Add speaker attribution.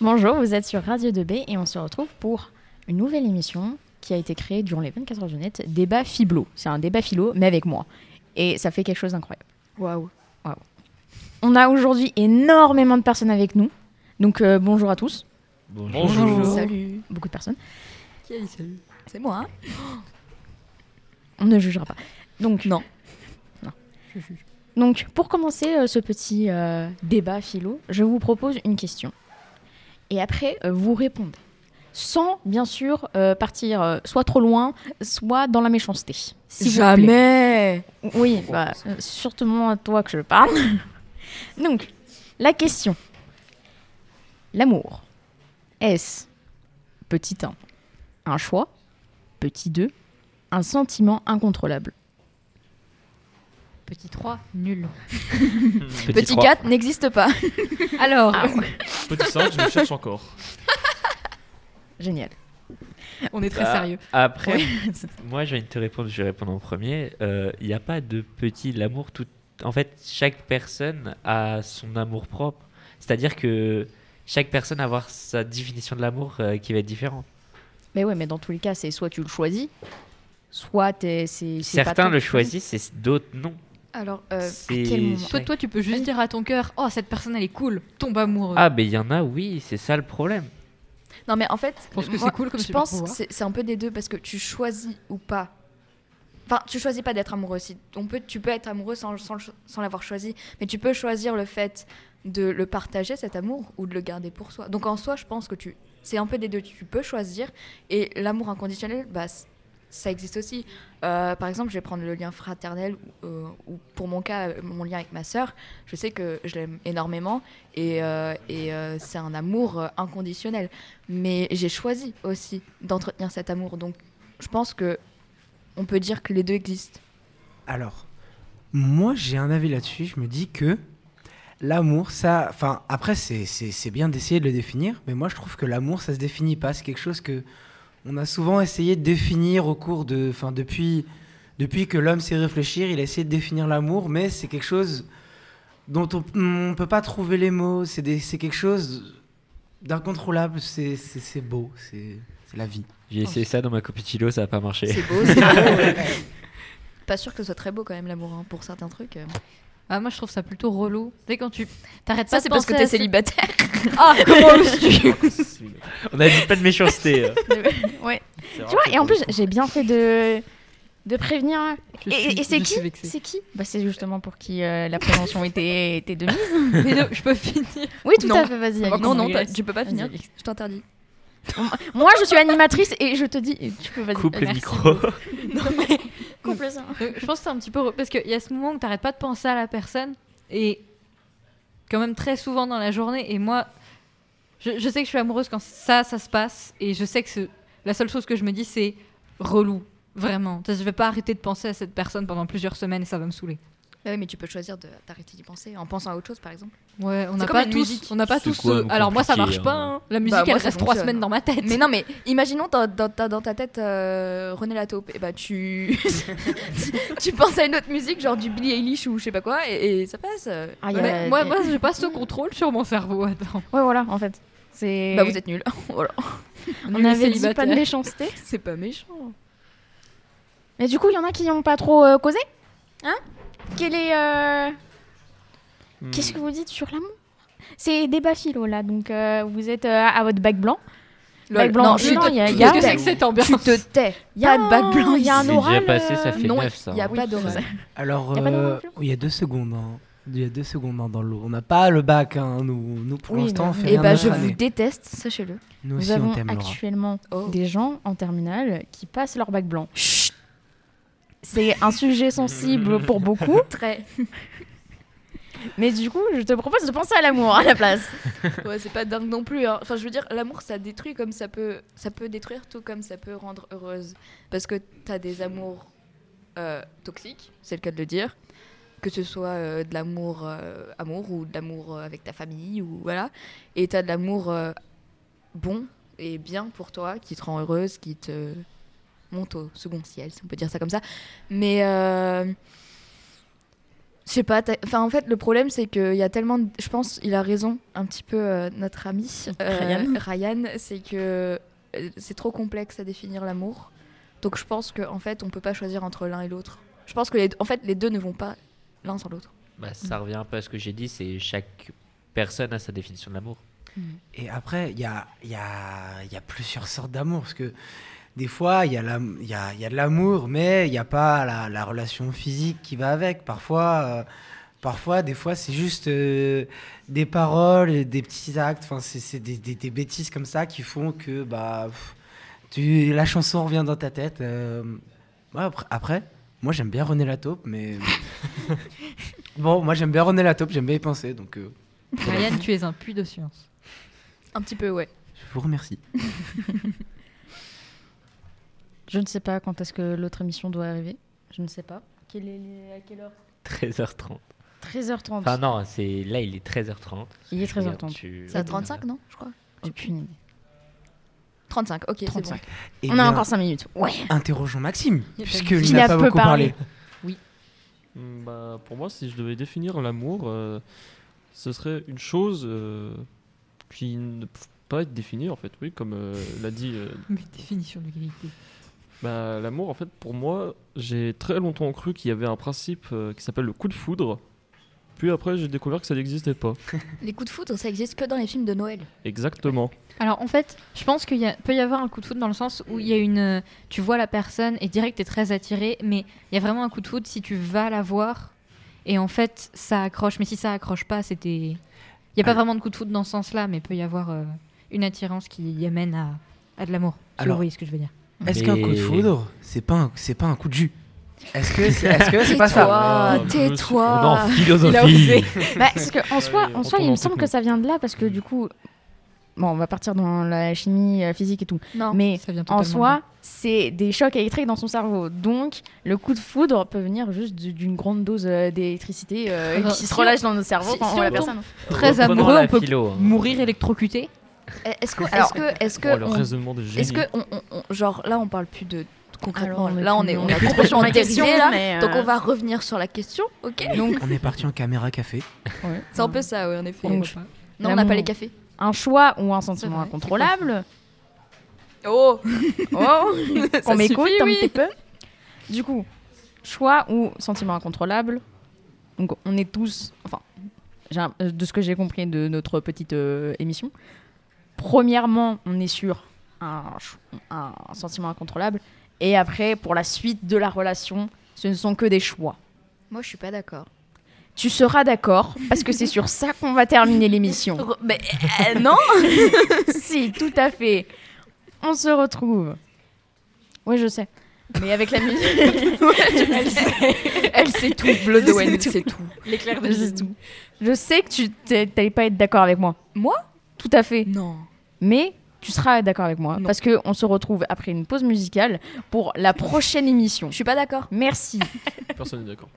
Speaker 1: Bonjour, vous êtes sur Radio 2B et on se retrouve pour une nouvelle émission qui a été créée durant les 24 heures du net, débat phiblo. C'est un débat philo, mais avec moi. Et ça fait quelque chose d'incroyable.
Speaker 2: Waouh.
Speaker 1: On a aujourd'hui énormément de personnes avec nous. Donc euh, bonjour à tous,
Speaker 3: Bonjour.
Speaker 2: Salut.
Speaker 1: beaucoup de personnes.
Speaker 2: C'est moi. hein.
Speaker 1: On ne jugera pas. Donc
Speaker 2: Non.
Speaker 1: Non.
Speaker 2: Je juge.
Speaker 1: Donc, pour commencer euh, ce petit euh, débat philo, je vous propose une question. Et après, euh, vous répondez. Sans, bien sûr, euh, partir euh, soit trop loin, soit dans la méchanceté. s'il vous plaît.
Speaker 2: Jamais.
Speaker 1: Oui, bah, euh, surtout moins à toi que je parle. Donc, la question. L'amour. Est-ce, petit 1, un choix Petit 2, un sentiment incontrôlable
Speaker 4: Petit 3, nul.
Speaker 2: Petit
Speaker 3: trois.
Speaker 2: 4 n'existe pas.
Speaker 4: Alors,
Speaker 1: Ah
Speaker 3: Petit 5, je me cherche encore.
Speaker 1: Génial.
Speaker 4: on est très
Speaker 3: Bah,
Speaker 4: sérieux.
Speaker 3: Après, moi je vais te répondre, je vais répondre en premier. Euh, Il n'y a pas de petit l'amour. Tout... En fait, chaque personne a son amour propre. C'est-à-dire que chaque personne va avoir sa définition de l'amour euh, qui va être différente.
Speaker 1: Mais ouais, mais dans tous les cas, c'est soit tu le choisis, soit t'es- c'est. c'est pas
Speaker 3: Certains
Speaker 1: toi
Speaker 3: le
Speaker 1: qui choisis.
Speaker 3: choisissent et d'autres non.
Speaker 2: Alors, euh,
Speaker 3: C'est-
Speaker 1: quel moment
Speaker 4: Toi, toi, tu peux juste dire à ton cœur Oh, cette personne, elle est cool, tombe amoureux.
Speaker 3: Ah, mais il y en a, oui, c'est ça le problème.
Speaker 2: non mais en fait,
Speaker 4: Je pense que
Speaker 2: moi,
Speaker 4: c'est cool comme
Speaker 2: je
Speaker 4: super
Speaker 2: pense que
Speaker 4: pouvoir.
Speaker 2: c'est c'est un peu des deux parce que tu choisis ou pas. Enfin, tu choisis pas d'être amoureux. Si on peut, tu peux être amoureux sans, sans, le cho- sans l'avoir choisi, mais tu peux choisir le fait de le partager cet amour ou de le garder pour soi. Donc en soi, je pense que tu, c'est un peu des deux. Tu peux choisir et l'amour inconditionnel, bah, c- ça existe aussi. Euh, par exemple, je vais prendre le lien fraternel euh, ou pour mon cas, euh, mon lien avec ma sœur. Je sais que je l'aime énormément et, euh, et euh, c'est un amour euh, inconditionnel. Mais j'ai choisi aussi d'entretenir cet amour. Donc je pense que on peut dire que les deux existent.
Speaker 5: Alors, moi j'ai un avis là-dessus. Je me dis que l'amour, ça. Enfin, après, c'est- c'est c'est bien d'essayer de le définir, mais moi je trouve que l'amour, ça se définit pas. C'est quelque chose que on a souvent essayé de définir au cours de. Enfin, depuis, depuis que l'homme sait réfléchir, il a essayé de définir l'amour, mais c'est quelque chose dont on ne peut pas trouver les mots. C'est des- c'est quelque chose d'incontrôlable. C'est- C'est c'est beau. C'est c'est la vie.
Speaker 3: J'ai essayé ça dans ma copie Chilo, ça n'a pas marché.
Speaker 2: C'est beau, c'est beau. ouais. Pas sûr que ce soit très beau quand même l'amour hein, pour certains trucs. euh.
Speaker 4: Ah, moi, je trouve ça plutôt relou. Tu sais, quand tu. T'arrêtes pas
Speaker 2: Ça
Speaker 4: de
Speaker 2: c'est parce que
Speaker 4: penser
Speaker 2: t'es
Speaker 4: à ce-
Speaker 2: célibataire.
Speaker 4: Ah, comment oses-tu
Speaker 3: On a dit pas de méchanceté. euh.
Speaker 1: Ouais. Tu vois, et en plus, j'ai bien fait de, de prévenir.
Speaker 4: Je
Speaker 1: et
Speaker 4: suis-
Speaker 1: et c'est
Speaker 4: je
Speaker 1: qui
Speaker 4: suis vexée.
Speaker 1: C'est qui bah, C'est justement pour qui euh, la prévention était, était de mise.
Speaker 4: Mais non, je peux finir.
Speaker 1: Oui, tout
Speaker 4: Non.
Speaker 1: à fait, vas-y. Alix.
Speaker 2: Oh, non, non,
Speaker 4: qu'on
Speaker 2: t'as-
Speaker 4: régresse.
Speaker 2: tu peux pas
Speaker 1: Vas-y,
Speaker 2: finir.
Speaker 1: Alix.
Speaker 2: Je t'interdis.
Speaker 1: Moi, je suis animatrice et je te dis, tu peux, vas-y.
Speaker 3: Coupe le
Speaker 1: Merci
Speaker 3: micro.
Speaker 1: beaucoup.
Speaker 2: Coupe le sein.
Speaker 4: Donc, je pense que c'est un petit peu. re- Parce qu'il y a ce moment où t'arrêtes pas de penser à la personne. Et quand même très souvent dans la journée. Et moi, je, je sais que je suis amoureuse quand ça, ça se passe. Et je sais que ce- la seule chose que je me dis, c'est relou. Vraiment. Tu sais, Je vais pas arrêter de penser à cette personne pendant plusieurs semaines et ça va me saouler.
Speaker 2: Bah oui, mais tu peux choisir de t'arrêter d'y penser en pensant à autre chose par exemple.
Speaker 4: Ouais, on
Speaker 2: C'est
Speaker 4: n'a
Speaker 2: comme
Speaker 4: pas
Speaker 2: une
Speaker 4: tous.
Speaker 2: musique.
Speaker 4: On n'a pas
Speaker 3: C'est
Speaker 4: tous.
Speaker 3: quoi,
Speaker 4: ce- Alors moi, ça
Speaker 3: compliqué,
Speaker 4: marche pas.
Speaker 3: hein.
Speaker 4: hein. La musique,
Speaker 2: Bah, moi,
Speaker 4: elle
Speaker 2: ça
Speaker 4: reste trois
Speaker 2: fonctionne.
Speaker 4: semaines dans ma tête.
Speaker 2: Mais non, mais imaginons dans, dans, ta- dans ta tête euh, René Lataupe, et bah tu... tu penses à une autre musique, genre du Billie Eilish ou je sais pas quoi, et, et ça passe. euh.
Speaker 1: Ah, il y a-
Speaker 4: Mais moi, moi, j'ai pas ce contrôle sur mon cerveau. Attends.
Speaker 1: Ouais, voilà, en fait. C'est.
Speaker 2: Bah vous êtes nuls. voilà.
Speaker 1: On
Speaker 4: nul
Speaker 1: avait dit
Speaker 4: célibataire.
Speaker 1: pas de méchanceté.
Speaker 2: C'est pas méchant.
Speaker 1: Mais du coup, il y en a qui n'ont pas trop euh, causé Hein Quel est. euh,
Speaker 5: Hmm.
Speaker 6: Hmm,
Speaker 1: Qu'est-ce que vous dites sur l'amour C'est débat philo là, donc euh, vous êtes euh, à votre bac blanc. Bac blanc.
Speaker 2: Non, je
Speaker 1: Non,
Speaker 2: te-
Speaker 1: il y a- il y a-
Speaker 4: Qu'est-ce que c'est que cette ambiance
Speaker 2: Tu te tais. Il y a de bac blanc.
Speaker 1: il y a un
Speaker 3: C'est déjà
Speaker 1: oral.
Speaker 3: passé, ça
Speaker 1: euh,
Speaker 3: fait-
Speaker 2: Non,
Speaker 3: neuf, ça,
Speaker 2: il n'y a
Speaker 3: hein.
Speaker 2: pas Eh d'oral.
Speaker 5: Alors,
Speaker 1: Y a pas de
Speaker 5: euh,
Speaker 1: règle
Speaker 5: il y a deux secondes. hein. Il y a deux secondes hein, dans l'eau. On n'a pas le bac, hein, nous. Nous, pour
Speaker 1: Oui,
Speaker 5: l'instant,
Speaker 1: non. Eh ben,
Speaker 5: on fait
Speaker 1: Et
Speaker 2: Et
Speaker 5: rien
Speaker 1: un
Speaker 2: bah
Speaker 5: de
Speaker 1: autre
Speaker 2: je
Speaker 5: notre
Speaker 2: vous
Speaker 5: année.
Speaker 2: déteste, sachez-le.
Speaker 5: Nous
Speaker 1: Nous
Speaker 5: aussi,
Speaker 1: avons
Speaker 5: on t'aime, Laura.
Speaker 1: actuellement
Speaker 2: Oh.
Speaker 1: des gens en terminale qui passent leur bac blanc. C'est un sujet sensible pour beaucoup,
Speaker 2: Très.
Speaker 1: mais du coup, je te propose de penser à l'amour à la place.
Speaker 2: Ouais, c'est pas dingue non plus. hein. Enfin, je veux dire, l'amour, ça détruit comme ça peut, ça peut détruire tout comme ça peut rendre heureuse. Parce que t'as des amours euh, toxiques, c'est le cas de le dire. Que ce soit euh, de l'amour euh, amour ou de l'amour euh, avec ta famille ou voilà. Et t'as de l'amour euh, bon et bien pour toi qui te rend heureuse, qui te monte au second ciel, si on peut dire ça comme ça. Mais euh, Je sais pas. t'as- Enfin, en fait, le problème, c'est qu'il y a tellement. de- Je pense, il a raison un petit peu euh, notre ami euh,
Speaker 1: Ryan.
Speaker 2: Ryan, c'est que euh, c'est trop complexe à définir l'amour. Donc, je pense qu'en en fait, on peut pas choisir entre l'un et l'autre. Je pense que les, en fait, les deux ne vont pas l'un sans l'autre.
Speaker 3: Bah, ça revient un peu à ce que j'ai dit, c'est chaque personne a sa définition de l'amour.
Speaker 5: Et après, il y a, il y, a, il y a plusieurs sortes d'amour. Parce que des fois, il y, a l'am- il y a, il y a de l'amour, mais il n'y a pas la, la relation physique qui va avec. Parfois, euh, parfois des fois, c'est juste euh, des paroles, et des petits actes. Enfin, c'est c'est des, des- des bêtises comme ça qui font que bah, pff, tu, la chanson revient dans ta tête. Euh, ouais, après, après, moi, j'aime bien René Lataupe, mais. bon, moi, j'aime bien René Lataupe, j'aime bien y penser. Donc, euh,
Speaker 4: Ryan, tu es un puits de science.
Speaker 2: Un petit peu, ouais.
Speaker 5: je vous remercie.
Speaker 1: Je ne sais pas quand est-ce que l'autre émission doit arriver. Je ne sais pas. Quelle est- à quelle heure
Speaker 3: 13h30.
Speaker 1: 13h30.
Speaker 3: Enfin non, c'est là il est 13h30.
Speaker 1: Il est
Speaker 3: Je regarde,
Speaker 1: 13h30.
Speaker 3: tu- Oh,
Speaker 2: C'est à 35, non Je crois.
Speaker 1: J'ai aucune idée.
Speaker 2: 35, ok, c'est bon.
Speaker 1: 35.
Speaker 5: Eh
Speaker 1: On a
Speaker 5: bien,
Speaker 1: encore 5 minutes. Ouais.
Speaker 5: Interrogeons Maxime,
Speaker 4: Il a
Speaker 5: puisqu'il
Speaker 1: dit-
Speaker 5: n'a
Speaker 1: Il
Speaker 5: pas
Speaker 1: a peu
Speaker 5: beaucoup parlé.
Speaker 6: Mm, bah, pour moi, si je devais définir l'amour, euh, ce serait une chose euh, qui ne peut pas être définie, en fait, oui, comme euh, l'a dit. euh,
Speaker 4: Mais définition de l'égalité.
Speaker 6: bah, l'amour, en fait, pour moi, j'ai très longtemps cru qu'il y avait un principe euh, qui s'appelle le coup de foudre. Puis après, j'ai découvert que ça n'existait pas.
Speaker 2: Les coups de foudre, ça existe que dans les films de Noël.
Speaker 6: Exactement.
Speaker 4: Alors en fait, je pense qu'il y a- peut y avoir un coup de foudre dans le sens où il y a une, euh, tu vois la personne et direct t'es très attiré, mais il y a vraiment un coup de foudre si tu vas la voir et en fait ça accroche. Mais si ça accroche pas, c'était, il y a pas
Speaker 5: Alors-
Speaker 4: vraiment de coup de foudre dans ce sens-là, mais peut y avoir euh, une attirance qui y amène à, à de l'amour. Si
Speaker 5: Alors-
Speaker 4: vous voyez ce que je veux dire.
Speaker 5: Est-ce qu'un
Speaker 3: Mais-
Speaker 5: coup de foudre, c'est pas un, c'est pas un coup de jus Est-ce que c'est, est-ce que c'est pas ça
Speaker 2: Tais-toi,
Speaker 3: On est
Speaker 6: Oh,
Speaker 3: en
Speaker 2: tais-toi.
Speaker 1: Il a osé.
Speaker 3: philosophie.
Speaker 1: Bah, parce que en soi,
Speaker 6: Allez,
Speaker 1: en soi,
Speaker 6: retournons
Speaker 1: il me
Speaker 6: en
Speaker 1: semble
Speaker 6: techno.
Speaker 1: que ça vient de là parce que du coup, bon, on va partir dans la chimie, la physique et tout.
Speaker 2: Non,
Speaker 1: Mais
Speaker 4: Ça vient
Speaker 1: en
Speaker 4: totalement
Speaker 1: soi, c'est des chocs électriques dans son cerveau. Donc, le coup de foudre peut venir juste du- d'une grande dose euh, d'électricité euh,
Speaker 4: Alors,
Speaker 1: qui
Speaker 4: si
Speaker 1: se relâche dans notre cerveau
Speaker 4: si-
Speaker 1: quand
Speaker 4: si
Speaker 1: on voit
Speaker 4: on
Speaker 1: la personne.
Speaker 4: Très
Speaker 3: Reprenons
Speaker 4: amoureux,
Speaker 3: la
Speaker 4: on peut-
Speaker 3: philo,
Speaker 4: de-
Speaker 3: hein.
Speaker 4: mourir électrocuté.
Speaker 2: est-ce que,
Speaker 1: Alors-
Speaker 2: est-ce que, est-ce que,
Speaker 6: Oh, le
Speaker 2: on-
Speaker 6: raisonnement de génie.
Speaker 2: est-ce que, on- on- on- genre là, on parle plus de concrètement.
Speaker 1: Alors, on est
Speaker 2: là, on
Speaker 1: plus-
Speaker 2: est,
Speaker 1: on
Speaker 2: on
Speaker 1: est
Speaker 2: a
Speaker 1: plus sur
Speaker 2: complètement
Speaker 1: la question,
Speaker 2: dérivé, là.
Speaker 1: mais, euh,
Speaker 2: Donc on va revenir sur la question, ok
Speaker 1: Donc,
Speaker 5: On est parti en caméra café.
Speaker 2: C'est un peu ça, oui, en effet.
Speaker 1: Donc,
Speaker 2: non, on n'a pas
Speaker 1: l'amour.
Speaker 2: les cafés.
Speaker 1: un choix ou un sentiment
Speaker 4: vrai,
Speaker 1: incontrôlable.
Speaker 2: Oh
Speaker 1: Oh, qu'on m'écoute
Speaker 2: suffit,
Speaker 1: un
Speaker 2: oui.
Speaker 1: petit peu. Du coup, choix ou sentiment incontrôlable. Donc, on est tous, enfin, j'ai un- euh, de ce que j'ai compris de notre petite euh, émission. Premièrement, on est sur un, ch- un sentiment incontrôlable. Et après, pour la suite de la relation, ce ne sont que des choix.
Speaker 2: Moi, je suis pas d'accord.
Speaker 1: Tu seras d'accord, parce que c'est sur ça qu'on va terminer l'émission.
Speaker 2: Mais euh, non
Speaker 1: si, tout à fait. On se retrouve. Oui, je sais. Mais avec la musique. elle, sait. elle sait tout, Bloodwen, c'est tout.
Speaker 4: L'éclair
Speaker 1: Je sais tout. Je sais que tu t'es- t'allais pas être d'accord avec moi.
Speaker 2: Moi
Speaker 1: Tout à fait.
Speaker 2: Non.
Speaker 1: Mais tu seras d'accord avec moi.
Speaker 2: Non.
Speaker 1: Parce qu'on se retrouve après une pause musicale pour la prochaine émission.
Speaker 2: Je suis pas d'accord.
Speaker 1: Merci.
Speaker 6: Personne n'est d'accord.